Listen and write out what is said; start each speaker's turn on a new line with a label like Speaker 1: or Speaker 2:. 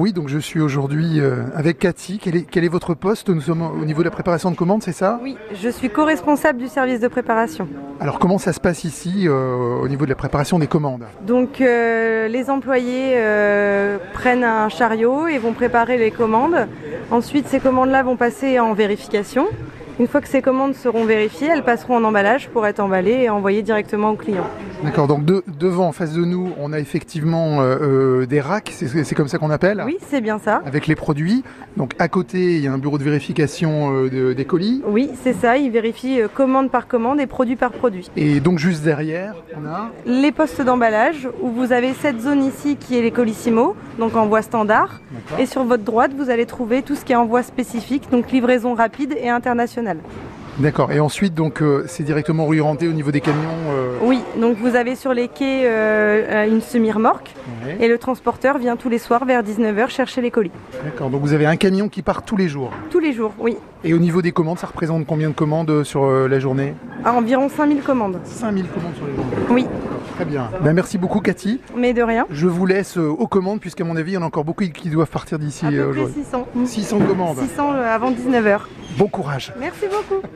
Speaker 1: oui, donc je suis aujourd'hui euh, avec Cathy. Quel est, quel est votre poste Nous sommes au niveau de la préparation de commandes, c'est ça
Speaker 2: Oui, je suis co-responsable du service de préparation.
Speaker 1: Alors comment ça se passe ici euh, au niveau de la préparation des commandes
Speaker 2: Donc euh, les employés euh, prennent un chariot et vont préparer les commandes. Ensuite, ces commandes-là vont passer en vérification. Une fois que ces commandes seront vérifiées, elles passeront en emballage pour être emballées et envoyées directement au client.
Speaker 1: D'accord, donc de- devant, en face de nous, on a effectivement euh, euh, des racks, c'est c'est comme ça qu'on appelle
Speaker 2: Oui, c'est bien ça.
Speaker 1: Avec les produits. Donc à côté, il y a un bureau de vérification euh, de- des colis.
Speaker 2: Oui, c'est ça. Ils vérifient euh, commande par commande et produit par produit.
Speaker 1: Et donc juste derrière, on a...
Speaker 2: Les postes d'emballage, où vous avez cette zone ici qui est les colissimo, donc en voie standard.
Speaker 1: D'accord.
Speaker 2: Et sur votre droite, vous allez trouver tout ce qui est en voie spécifique, donc livraison rapide et internationale.
Speaker 1: D'accord. Et ensuite, donc euh, c'est directement orienté au niveau des camions. euh,
Speaker 2: Oui, donc vous avez sur les quais euh, une semi-remorque
Speaker 1: ouais.
Speaker 2: et le transporteur vient tous les soirs vers 19h chercher les colis.
Speaker 1: D'accord. Donc vous avez un camion qui part tous les jours.
Speaker 2: Tous les jours, oui.
Speaker 1: Et au niveau des commandes, ça représente combien de commandes euh, sur euh, la journée
Speaker 2: À environ 5000 commandes.
Speaker 1: 5000 commandes sur les journées.
Speaker 2: Oui,
Speaker 1: Très bien. Ben, merci beaucoup Cathy.
Speaker 2: mais de rien.
Speaker 1: Je vous laisse euh, aux commandes puisqu'à mon avis, il y en a encore beaucoup qui doivent partir d'ici
Speaker 2: à
Speaker 1: euh,
Speaker 2: peu près
Speaker 1: aujourd'hui.
Speaker 2: 600.
Speaker 1: 600 commandes.
Speaker 2: 600 euh, avant 19h.
Speaker 1: Bon courage.
Speaker 2: Merci beaucoup.